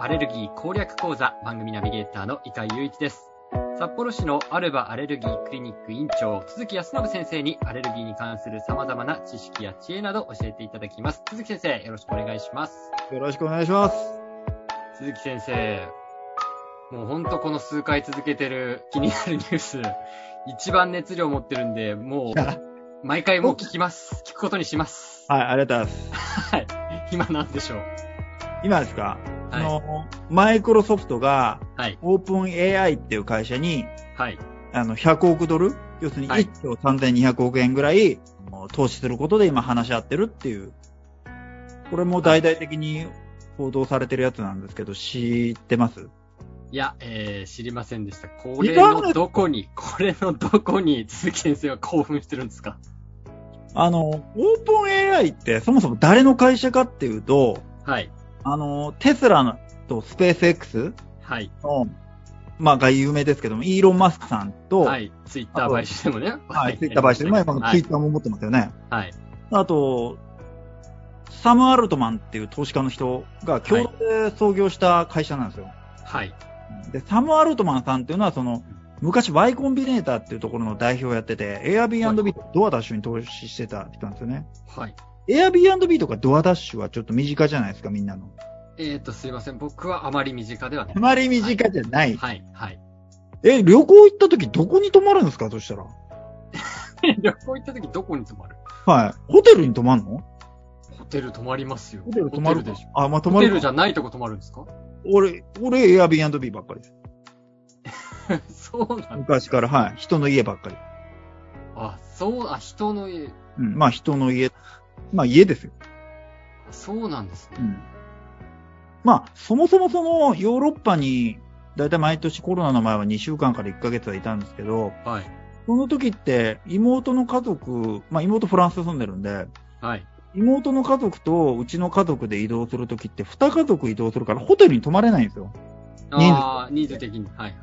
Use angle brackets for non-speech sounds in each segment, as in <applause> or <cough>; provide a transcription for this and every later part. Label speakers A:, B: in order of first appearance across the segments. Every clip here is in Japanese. A: アレルギー攻略講座番組ナビゲーターの伊海雄一です。札幌市のアルバアレルギークリニック院長、鈴木康信先生にアレルギーに関する様々な知識や知恵など教えていただきます。鈴木先生、よろしくお願いします。
B: よろしくお願いします。
A: 鈴木先生、もうほんとこの数回続けてる気になるニュース、一番熱量持ってるんで、も <laughs> う、毎回もう聞きます。聞くことにします。
B: はい、ありがとうございます。
A: はい。今なんでしょう。
B: 今ですか、あ
A: はい。
B: の、マイクロソフトが、
A: はい。
B: オープン AI っていう会社に、
A: はい。
B: あの、100億ドル要するに
A: はい
B: 1兆3200億円ぐらい、投資することで今話し合ってるっていう。これも大々的に報道されてるやつなんですけど、知ってます
A: いや、えー、知りませんでした。こ
B: 知
A: れ
B: らな
A: の
B: い
A: どこに、これのどこに鈴木先生は興奮してるんですか
B: あの、オープン AI ってそもそも誰の会社かっていうと、
A: はい。
B: あの、テスラのとスペース X
A: はい。
B: の、まあ、が有名ですけども、イーロン・マスクさんと、
A: はい。ツイッター買収でもね。
B: はい、ツイッター買収。今、今、
A: は
B: ツイ
A: い。
B: ッターも持ってますよね。
A: はい。
B: あと、サム・アルトマンっていう投資家の人が共同で創業した会社なんですよ。
A: はい。
B: で、サム・アルトマンさんっていうのは、その、昔、Y コンビネーターっていうところの代表をやってて、Airbnb とドアダッシュに投資してた人なんですよね。
A: はい。
B: Airbnb とかドアダッシュはちょっと身近じゃないですか、みんなの。
A: えーと、すいません。僕はあまり身近ではない
B: あ。まり身近じゃない。
A: はい。
B: <laughs>
A: はい。
B: え、旅行行った時どこに泊まるんですかそしたら。
A: 旅行行った時どこに泊まる
B: はい。ホテルに泊まるの
A: ホテル泊まりますよ。
B: ホテル泊まる
A: ホテ
B: で
A: ルで
B: し
A: しょ。
B: ょ。あ、まあ、泊
A: ホ
B: ま
A: テ
B: る
A: ルじ
B: か。
A: ゃないとこ泊まるんですか <laughs>
B: 俺、俺、Airbnb ばっかりです。
A: そうなんだ。
B: 昔から、はい。人の家ばっかり。
A: あ、そう、あ、人の家。
B: うん。まあ、人の家。まあ、家ですよ。
A: そうなんですね。
B: うん。まあ、そもそもその、ヨーロッパに、だいたい毎年コロナの前は2週間から1ヶ月はいたんですけど、
A: はい。
B: その時って、妹の家族、まあ、妹フランス住んでるんで、
A: はい。
B: 妹の家族とうちの家族で移動する時って、2家族移動するからホテルに泊まれないんですよ。人数
A: ああ、ニーズ的に。はい。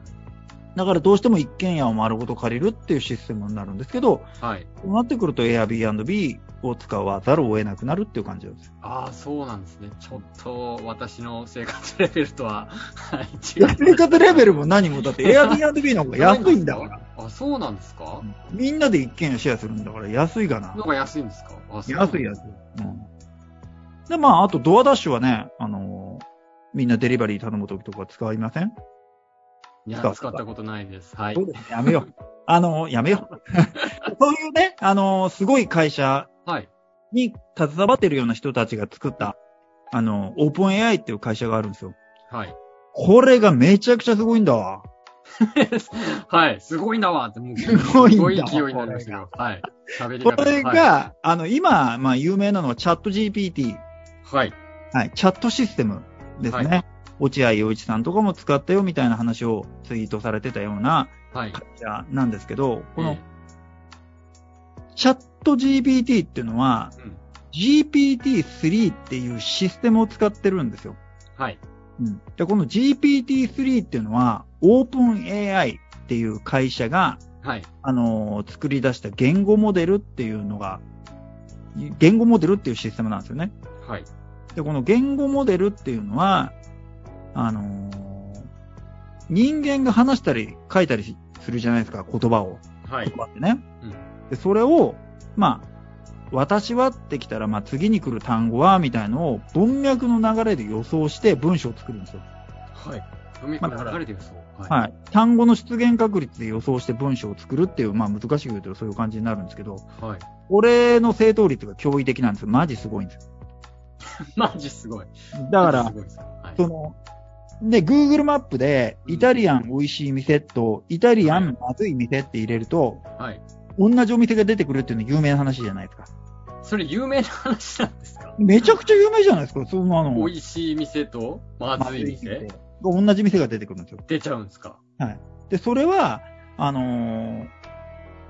B: だからどうしても一軒家を丸ごと借りるっていうシステムになるんですけど、
A: はい。
B: そうなってくると Airbnb を使わざるを得なくなるっていう感じです。
A: ああ、そうなんですね。ちょっと、私の生活レベルとは、はい、違う。
B: 生活レベルも何もだって <laughs> Airbnb の方が安いん <laughs> だから。
A: あ、そうなんですか
B: みんなで一軒家シェアするんだから安いかな
A: の。が安いんですかあそう
B: 安い安い。うん。で、まあ、あとドアダッシュはね、あのーみんなデリバリー頼むときとか使いません
A: いや
B: 使、う
A: 使ったことないです。はい
B: そ。うですね。やめよ <laughs> う。あのーやめよう。 <laughs> そういうね、あのーすごい会社
A: はい。
B: に携わってるような人たちが作った、あのーオープン AI っていう会社があるんですよ。
A: はい。 <laughs>
B: これがめちゃくちゃすごいんだわ。
A: はい。すごいなわって、もう、す
B: ごいんだわ
A: 勢いになりましたけど。はい。喋り
B: こ
A: 方
B: れが、
A: は
B: あの、今、まあ、有名なのはチャット GPT。
A: い。はい。
B: はい、チャットシステムですね。
A: は
B: 落合陽一さんとかも使ったよみたいな話をツイートされてたような
A: はい。
B: 会社なんですけど、こ
A: え
B: のチャット GPT っていうのは、
A: えうん。
B: GPT-3 っていうシステムを使ってるんですよ。
A: はい。
B: うん、でこの GPT-3 っていうのは、OpenAI っていう会社が、
A: はい。
B: あのー作り出した言語モデルっていうのが、言語モデルっていうシステムなんですよね。
A: はい。
B: で、この言語モデルっていうのは、あのー人間が話したり書いたりするじゃないですか、言葉を。
A: はい
B: 言。葉ってね。
A: うん
B: で、それを、まあ、私はってきたら、まあ次に来る単語は、みたいのを文脈の流れで予想して文章を作るんですよ。
A: はい。飲み込まれてるそう。はい。
B: はい。単語の出現確率で予想して文章を作るっていう、まあ難しく言うとそういう感じになるんですけど、
A: はい。
B: これの正答率が驚異的なんですよ。マジすごいんですよ。
A: マジすごい。
B: だから
A: マジす、ごいですはい。
B: その、で、Google マップで、
A: うん
B: イタリアン美味しい店と、イタリアンまずい店って入れると、
A: はい。
B: 同じお店が出てくるっていうの有名な話じゃないですか。
A: それ有名な話なんですか
B: めちゃくちゃ有名じゃないですか、そんなの。
A: 美味しい店と、まずい店。
B: 同じ店が出てくるんですよ。
A: 出ちゃうんですか。
B: で、それは、あのー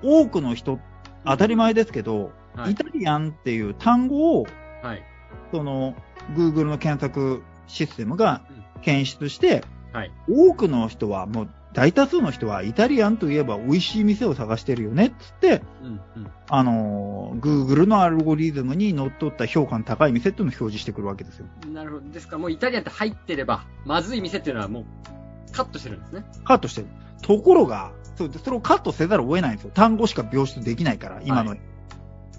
B: 多くの人、当たり前ですけど、
A: はい
B: イタリアンっていう単語を、
A: はい。
B: その、Google の検索システムが
A: う
B: 検出して、
A: はい
B: 多くの人は、もう大多数の人はイタリアンといえば美味しい店を探してるよねっつって、
A: うん、うん。
B: あのー、Google のアルゴリズムにのっとった評価の高い店っていうのを表示してくるわけですよ。
A: なるほど。ですから、もうイタリアンって入ってれば、まずい店っていうのはもう、カットしてるんですね。
B: カットしてる。ところが、そうでそれをカットせざるを得ないんですよ。単語しか描出できないから、今の。
A: は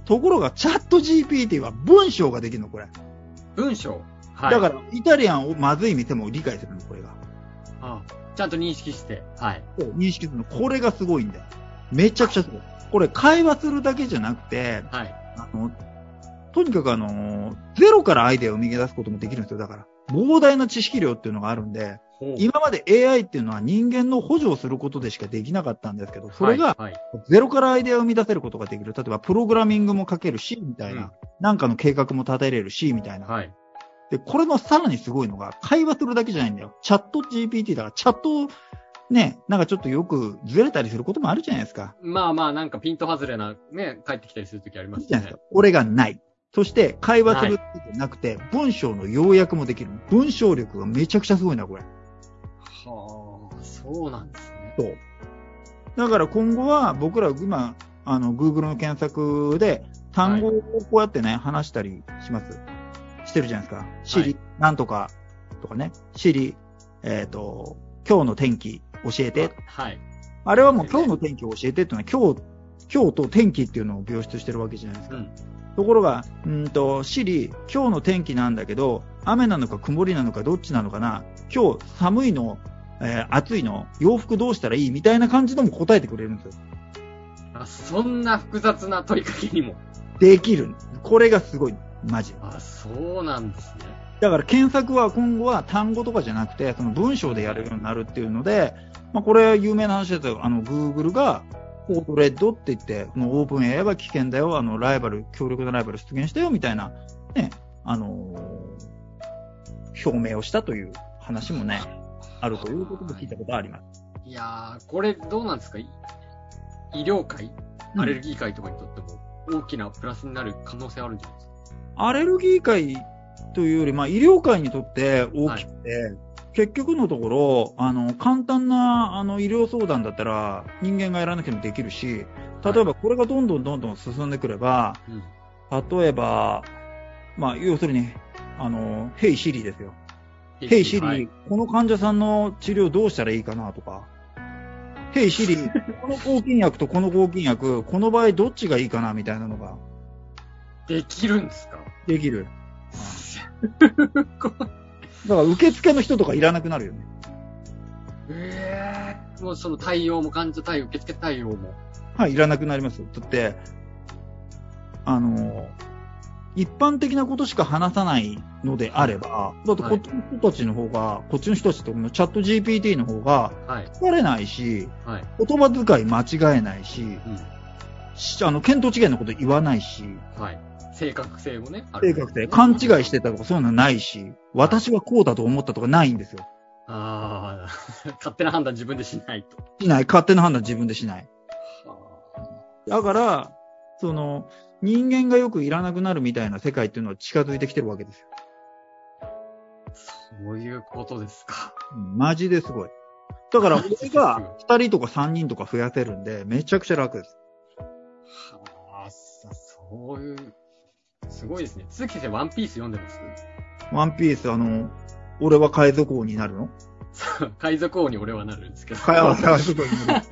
B: ところが、チャット GPT は文章ができるの、これ。
A: 文章。はい。
B: だから、イタリアンをまずい店も理解するの、これが。
A: あちゃんと認識して。はい。
B: そう認識するの。これがすごいんだよ。めちゃくちゃすごい。これ、会話するだけじゃなくて、
A: はい。
B: あの、とにかくあの、ゼロからアイデアを見出すこともできるんですよ。だから、膨大な知識量っていうのがあるんで、
A: ほう
B: 今まで AI っていうのは人間の補助をすることでしかできなかったんですけど、それが、
A: はい。はい
B: ゼロからアイデアを生み出せることができる。例えば、プログラミングも書けるし、みたいな。
A: うん
B: なんかの計画も立てれるし、みたいな。
A: はい。
B: で、これのさらにすごいのが、会話するだけじゃないんだよ。チャット GPT だから、チャット、ね、なんかちょっとよくずれたりすることもあるじゃないですか。
A: まあまあ、なんかピント外れな、ね、帰ってきたりするときありま
B: いい
A: す
B: じゃ
A: よ
B: ない
A: ね
B: です。か。俺がない。そして、会話するだけじゃなくて、文章の要約もできる。文章力がめちゃくちゃすごいな、これ。
A: はあ、そうなんですね。
B: そう。だから今後は僕ら今、あの、Google の検索で単語をこうやってね、話したりします。してるじゃないですか。シリ、なんとかとかね。シリ、えっ、と、今日の天気教えて。
A: はい。
B: あれはもう今日の天気を教えてっていうのは今日、今日と天気っていうのを描出してるわけじゃないです
A: う
B: か。
A: ん。
B: ところが、うんと、シリ、今日の天気なんだけど、雨なのか曇りなのかどっちなのかな、今日寒いの、えー暑いの、洋服どうしたらいいみたいな感じでも答えてくれるんですよ。
A: あ、そんな複雑な問いかけにも。
B: できる。これがすごい。マジで。
A: あ、そうなんですね。
B: だから検索は今後は単語とかじゃなくて、その文章でやれるようになるっていうので、まあこれ有名な話ですよ。あの、Google が、コードレッドって言って、このオープン AI は危険だよ、あの、ライバル、強力なライバル出現したよ、みたいな、ね、あのー表明をしたという話もね、あるということも聞いたことあります。
A: いやー、これどうなんですかい医療界
B: うん
A: アレルギー界とかにとっても大きなプラスになる可能性あるんじゃないですか、
B: アレルギー界というより、まあ、医療界にとって大きくて、結局のところ、あの、簡単な、あの、医療相談だったら、人間がやらなくてもできるし、例えばこれがどんどんどんどん進んでくれば、
A: うん、
B: 例えば、まあ、要するに、あの、ヘイシリですよ。
A: ヘ
B: ヘイシリ、
A: はい
B: この患者さんの治療どうしたらいいかなとか、ヘイシリ、この抗菌薬とこの抗菌薬、この場合どっちがいいかなみたいなのが
A: できるんですか
B: でき <laughs> る。
A: ごい
B: だから受付の人とかいらなくなるよね。
A: ええもうその対応も患者対応、受付対応も。
B: はい、いらなくなります。だって、あの、一般的なことしか話さないのであれば、だってこっちの人たちの方が、こっちの人たちとこのチャット GPT の方が
A: はい、
B: 疲れないし、
A: はい。
B: 言葉遣い間違えないし、
A: う
B: しあの、見当違いのこと言わないし、
A: ん。はい。正確性もね、あ
B: 正
A: る
B: 確性、勘違いしてたとかそういうのはないし、私はこうだと思ったとかないんですよ。
A: ああ、 <laughs> 勝手な判断自分でしないと。
B: しない、勝手な判断自分でしない。
A: あ
B: だから、その、人間がよくいらなくなるみたいな世界っていうのは近づいてきてるわけですよ。
A: ーそういうことですか。
B: うんマジですごい。だから、
A: マジです
B: 俺
A: よ
B: が2人とか3人とか増やせるんで、めちゃくちゃ楽です。
A: はあ、さそういう、すごいですね。鈴木先生、ワンピース読んでます
B: ワンピース、あの、俺は海賊王になるの
A: そう海賊王に俺はなるんですけど。
B: 海賊王になる。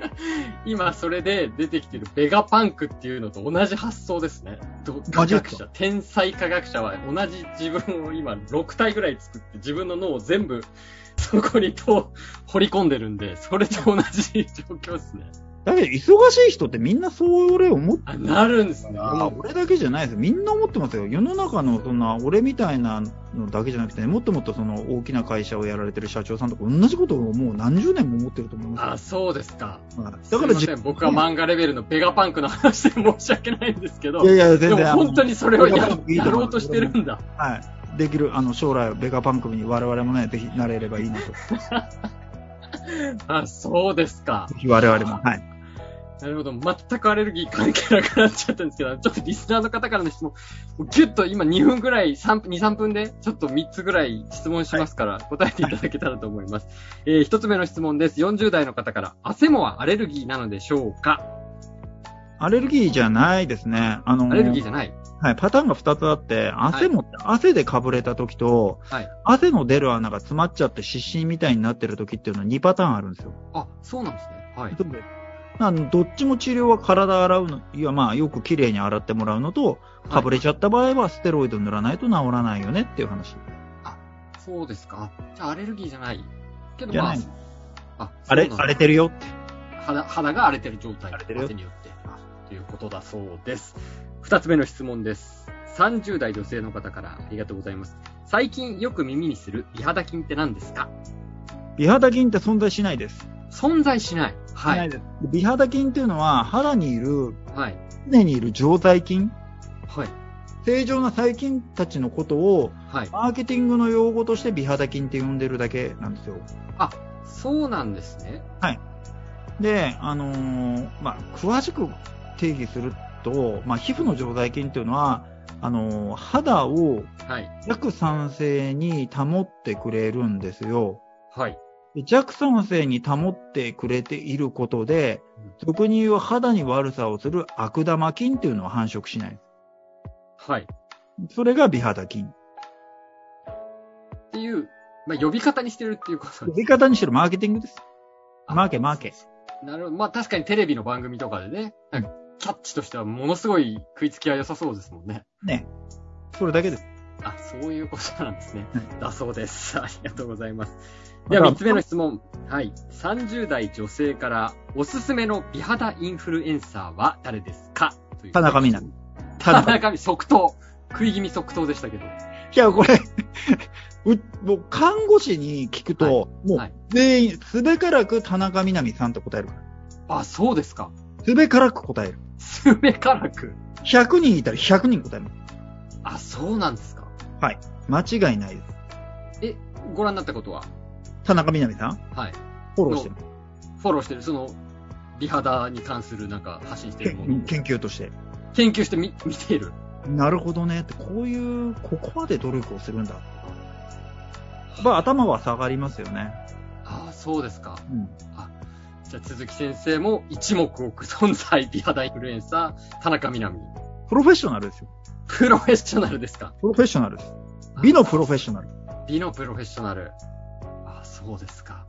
A: 今それで出てきてるベガパンクっていうのと同じ発想ですね。ど科学者、天才科学者は同じ自分を今6体ぐらい作って自分の脳を全部そこにと掘り込んでるんで、それと同じ状況ですね。
B: だけど、忙しい人ってみんなそう俺思っ
A: あ、なるんですね。
B: あ俺だけじゃないですよ。みんな思ってますよ。世の中の、そんな、俺みたいなのだけじゃなくて、もっともっとその、大きな会社をやられてる社長さんとか、同じことをもう何十年も思ってると思いま
A: あ、
B: す
A: そうですか。
B: よ。はい
A: す
B: だ
A: い
B: から
A: ま
B: じ
A: せん、僕は漫画レベルのベガパンクの話で申し訳ないんですけど
B: い、やいや、全
A: で
B: 然。
A: も本当にそれをや
B: いいと思います
A: やろうとしてるんだ。
B: はい。できる、あの、将来、ベガパンクに我々もね、ぜひなれればいいなと。
A: あ、そうですか。
B: ぜひ我々も。はい。
A: なるほど。全くアレルギー関係なくなっちゃったんですけど、ちょっとリスナーの方からの質問、もうギュッと今2分ぐらい、3分、2、3分で、ちょっと3つぐらい質問しますから、答えていただけたらと思います。えー、1つ目の質問です。40代の方から、汗もはアレルギーなのでしょうか
B: アレルギーじゃないですね。あの
A: アレルギーじゃない。
B: はい、パターンが2つあって、汗も、汗でかぶれた時と、
A: はい。
B: 汗の出る穴が詰まっちゃって湿疹みたいになってる時っていうのは2パターンあるんですよ。
A: あ、そうなんですね。はい。
B: あのどっちも治療は体洗うの、いやまあよく綺麗に洗ってもらうのと、かぶれちゃった場合はステロイド塗らないと治らないよねっていう話。
A: そうですか。じゃあアレルギーじゃない。けど
B: じゃ
A: ま
B: な
A: あ
B: い、
A: あ、
B: あ
A: そ
B: れ、
A: うなんだ
B: 荒れてるよって。
A: 肌肌が荒れてる状態
B: 荒れてるよ
A: 汗によってあということだそうです二つ目の質問です30代女性の方からありがとうございます最近よく耳にする美肌菌って何ですか
B: 美肌菌って存在しないです。
A: 存在しないは
B: しないです美肌菌っていうのは肌にいる、
A: はい
B: 常にいる常在菌、
A: はい
B: 正常な細菌たちのことを、
A: はい
B: マーケティングの用語として美肌菌って呼んでるだけなんですよ。
A: そうなんですね
B: で、あのーまあ、詳しく定義すると、まあ、皮膚の常在菌っていうのは、あのー肌を
A: はい
B: 弱酸性に保ってくれるんですよ。
A: はい
B: で弱酸性に保ってくれていることで、俗に言う肌に悪さをする悪玉菌っていうのは繁殖しない。
A: はい
B: それが美肌菌。
A: っていう、まあ、呼び方にしてるっていうこと
B: 呼び方にしてるマーケティングです。
A: あ
B: マーケ、マーケ。
A: なるほどまあ確かにテレビの番組とかでねなんかキャッチとしてはものすごい食いつきは良さそうですもんね
B: ね。それだけです。
A: あ、そういうことなんですね
B: う。
A: だそうです。 <laughs> ありがとうございます。で
B: また
A: は、3つ目の質問。はい。30代女性から、おすすめの美肌インフルエンサーは誰ですかという
B: 田中みな実。
A: 田
B: 田中。い
A: 中み、即答。食い気味即答でしたけど。
B: や、これ、 <laughs> う、もう看護師に聞くと、も
A: は
B: う
A: い
B: 全員、すべからく田中みな実さんって答えるから。
A: あ、そうですか。
B: すべからく答える。
A: すべからく。
B: 100人いたら100人答える。
A: あ、そうなんですか。
B: 間違いないです。
A: え、ご覧になったことは
B: 田中みな実さん
A: はい。
B: フォローしてます。
A: フォローしてる、その、美肌に関するなんか発信してるものを
B: 研研究として。
A: 研究してみ、見ている。
B: なるほどねって、こういう、ここまで努力をするんだ。まあ、頭は下がりますよね。
A: あ、そうですか。
B: うん。
A: じゃあ、鈴木先生も一目置く存在、美肌インフルエンサー、田中みな実。
B: プロフェッショナルですよ。
A: プロフェッショナルですか
B: プロフェッショナルです。美のプロフェッショナル。
A: 美のプロフェッショナル。あ、そうですか。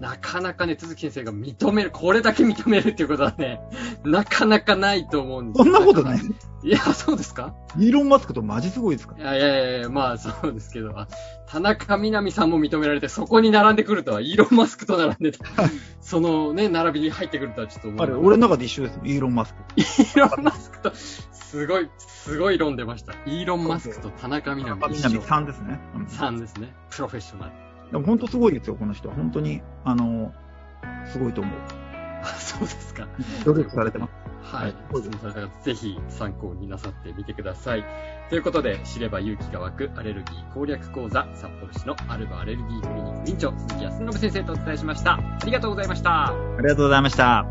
A: なかなかね、鈴木先生が認める、これだけ認めるっていうことはね、なかなかないと思うんで
B: そ
A: す
B: んなことない。。
A: いや、そうですか
B: イーロン・マスクとマジすごいですから
A: いやいやいやいや、まあそうですけど、あ田中みな実さんも認められて、そこに並んでくるとは、イーロン・マスクと並んでた、そのね、並びに入ってくるとはちょっと思
B: あ
A: い
B: れ、
A: ま
B: 俺の中で一緒ですよ、イーロン・マスク。
A: イーロン・マスクと、すごい、すごい論出ました。イーロン・マスクと田中みな
B: 南
A: 実一緒。
B: さんですね。うん
A: さんですね。プロフェッショナル。 <laughs>
B: でも本当すごいですよ、この人は。本当に、あの、すごいと思う。
A: あそうですか。
B: 努力されてます。
A: はい。
B: はい
A: 質問された方ぜひ参考になさってみてください。ということで、知れば勇気が湧くアレルギー攻略講座、札幌市のアルバアレルギークリニック院長、鈴木康信先生とお伝えしました。ありがとうございました。
B: ありがとうございました。